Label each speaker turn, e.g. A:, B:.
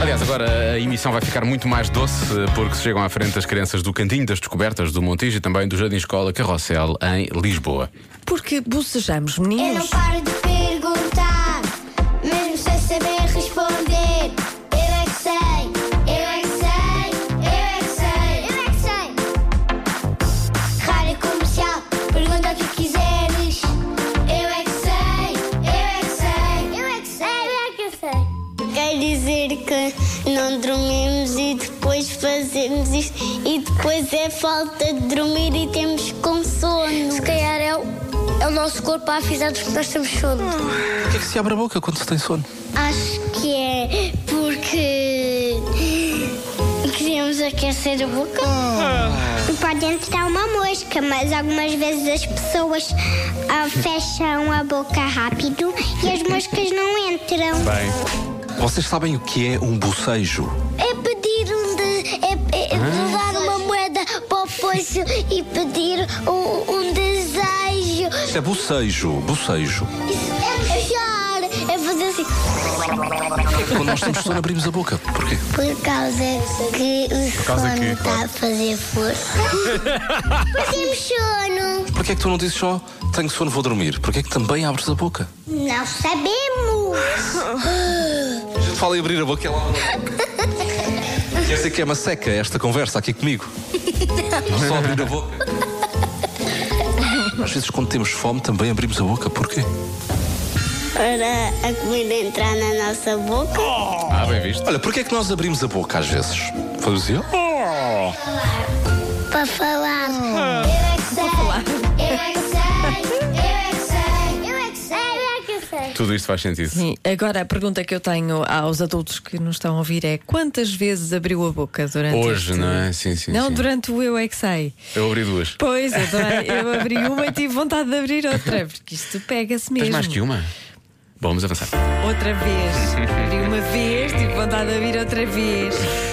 A: Aliás, agora a emissão vai ficar muito mais doce eh, porque se chegam à frente as crianças do Cantinho das Descobertas do Montijo e também do Jardim Escola Carrossel em Lisboa.
B: Porque bocejamos,
C: Eu não
B: meninos.
C: paro de perguntar, mesmo sem saber responder. Eu é que sei, eu é que sei, eu é que sei, eu é que sei. Rádio comercial, pergunta o que quiseres. Eu é que sei, eu é que sei, eu é que sei, eu é que sei. Quer dizer que não dormimos e depois fazemos isto e depois é falta de dormir e temos com sono. Se calhar é o, é o nosso corpo a avisar-nos que nós temos sono.
D: O que é que se abre a boca quando se tem sono?
C: Acho que é porque queríamos aquecer a boca. Pode entrar uma mosca, mas algumas vezes as pessoas ah, fecham a boca rápido e as moscas não entram.
A: Bem,
D: Vocês sabem o que é um bocejo?
C: É pedir um de, é, é- é levar uma moeda para o poço e pedir um, um desejo.
D: Isto é bocejo, bocejo.
C: Isso é puxar, é fazer assim.
D: Quando nós temos sono, abrimos a boca. Porquê?
C: Por causa que o
A: causa
C: sono
A: que,
C: está
A: claro.
C: a fazer força. Mas temos sono.
D: Porquê é que tu não dizes só tenho sono, vou dormir? Porquê é que também abres a boca?
C: Não sabemos.
D: A gente fala em abrir a boca e ela abre a boca. Quer dizer que é uma seca esta conversa aqui comigo? Só abrir a boca. Às vezes, quando temos fome, também abrimos a boca. Porquê?
C: Para a comida entrar na nossa boca.
A: ah, bem visto.
D: Olha, porquê é que nós abrimos a boca às vezes? Fazemos assim, ó.
C: Para falar.
A: Ah.
C: Eu é que sei. Eu é que sei. Eu é que sei. Eu é que sei. Eu é que sei.
A: Tudo isto faz sentido.
B: Sim, agora a pergunta que eu tenho aos adultos que nos estão a ouvir é quantas vezes abriu a boca durante
A: Hoje,
B: este-
A: não é? Sim, sim.
B: Não,
A: sim.
B: durante o Eu É Que Sei.
A: Eu abri duas.
B: Pois, adorei. eu abri uma e tive vontade de abrir outra, porque isto pega-se mesmo.
A: Tens mais que um. uma? Bom, vamos avançar.
B: Outra vez. Abri uma vez, tive vontade de abrir outra vez.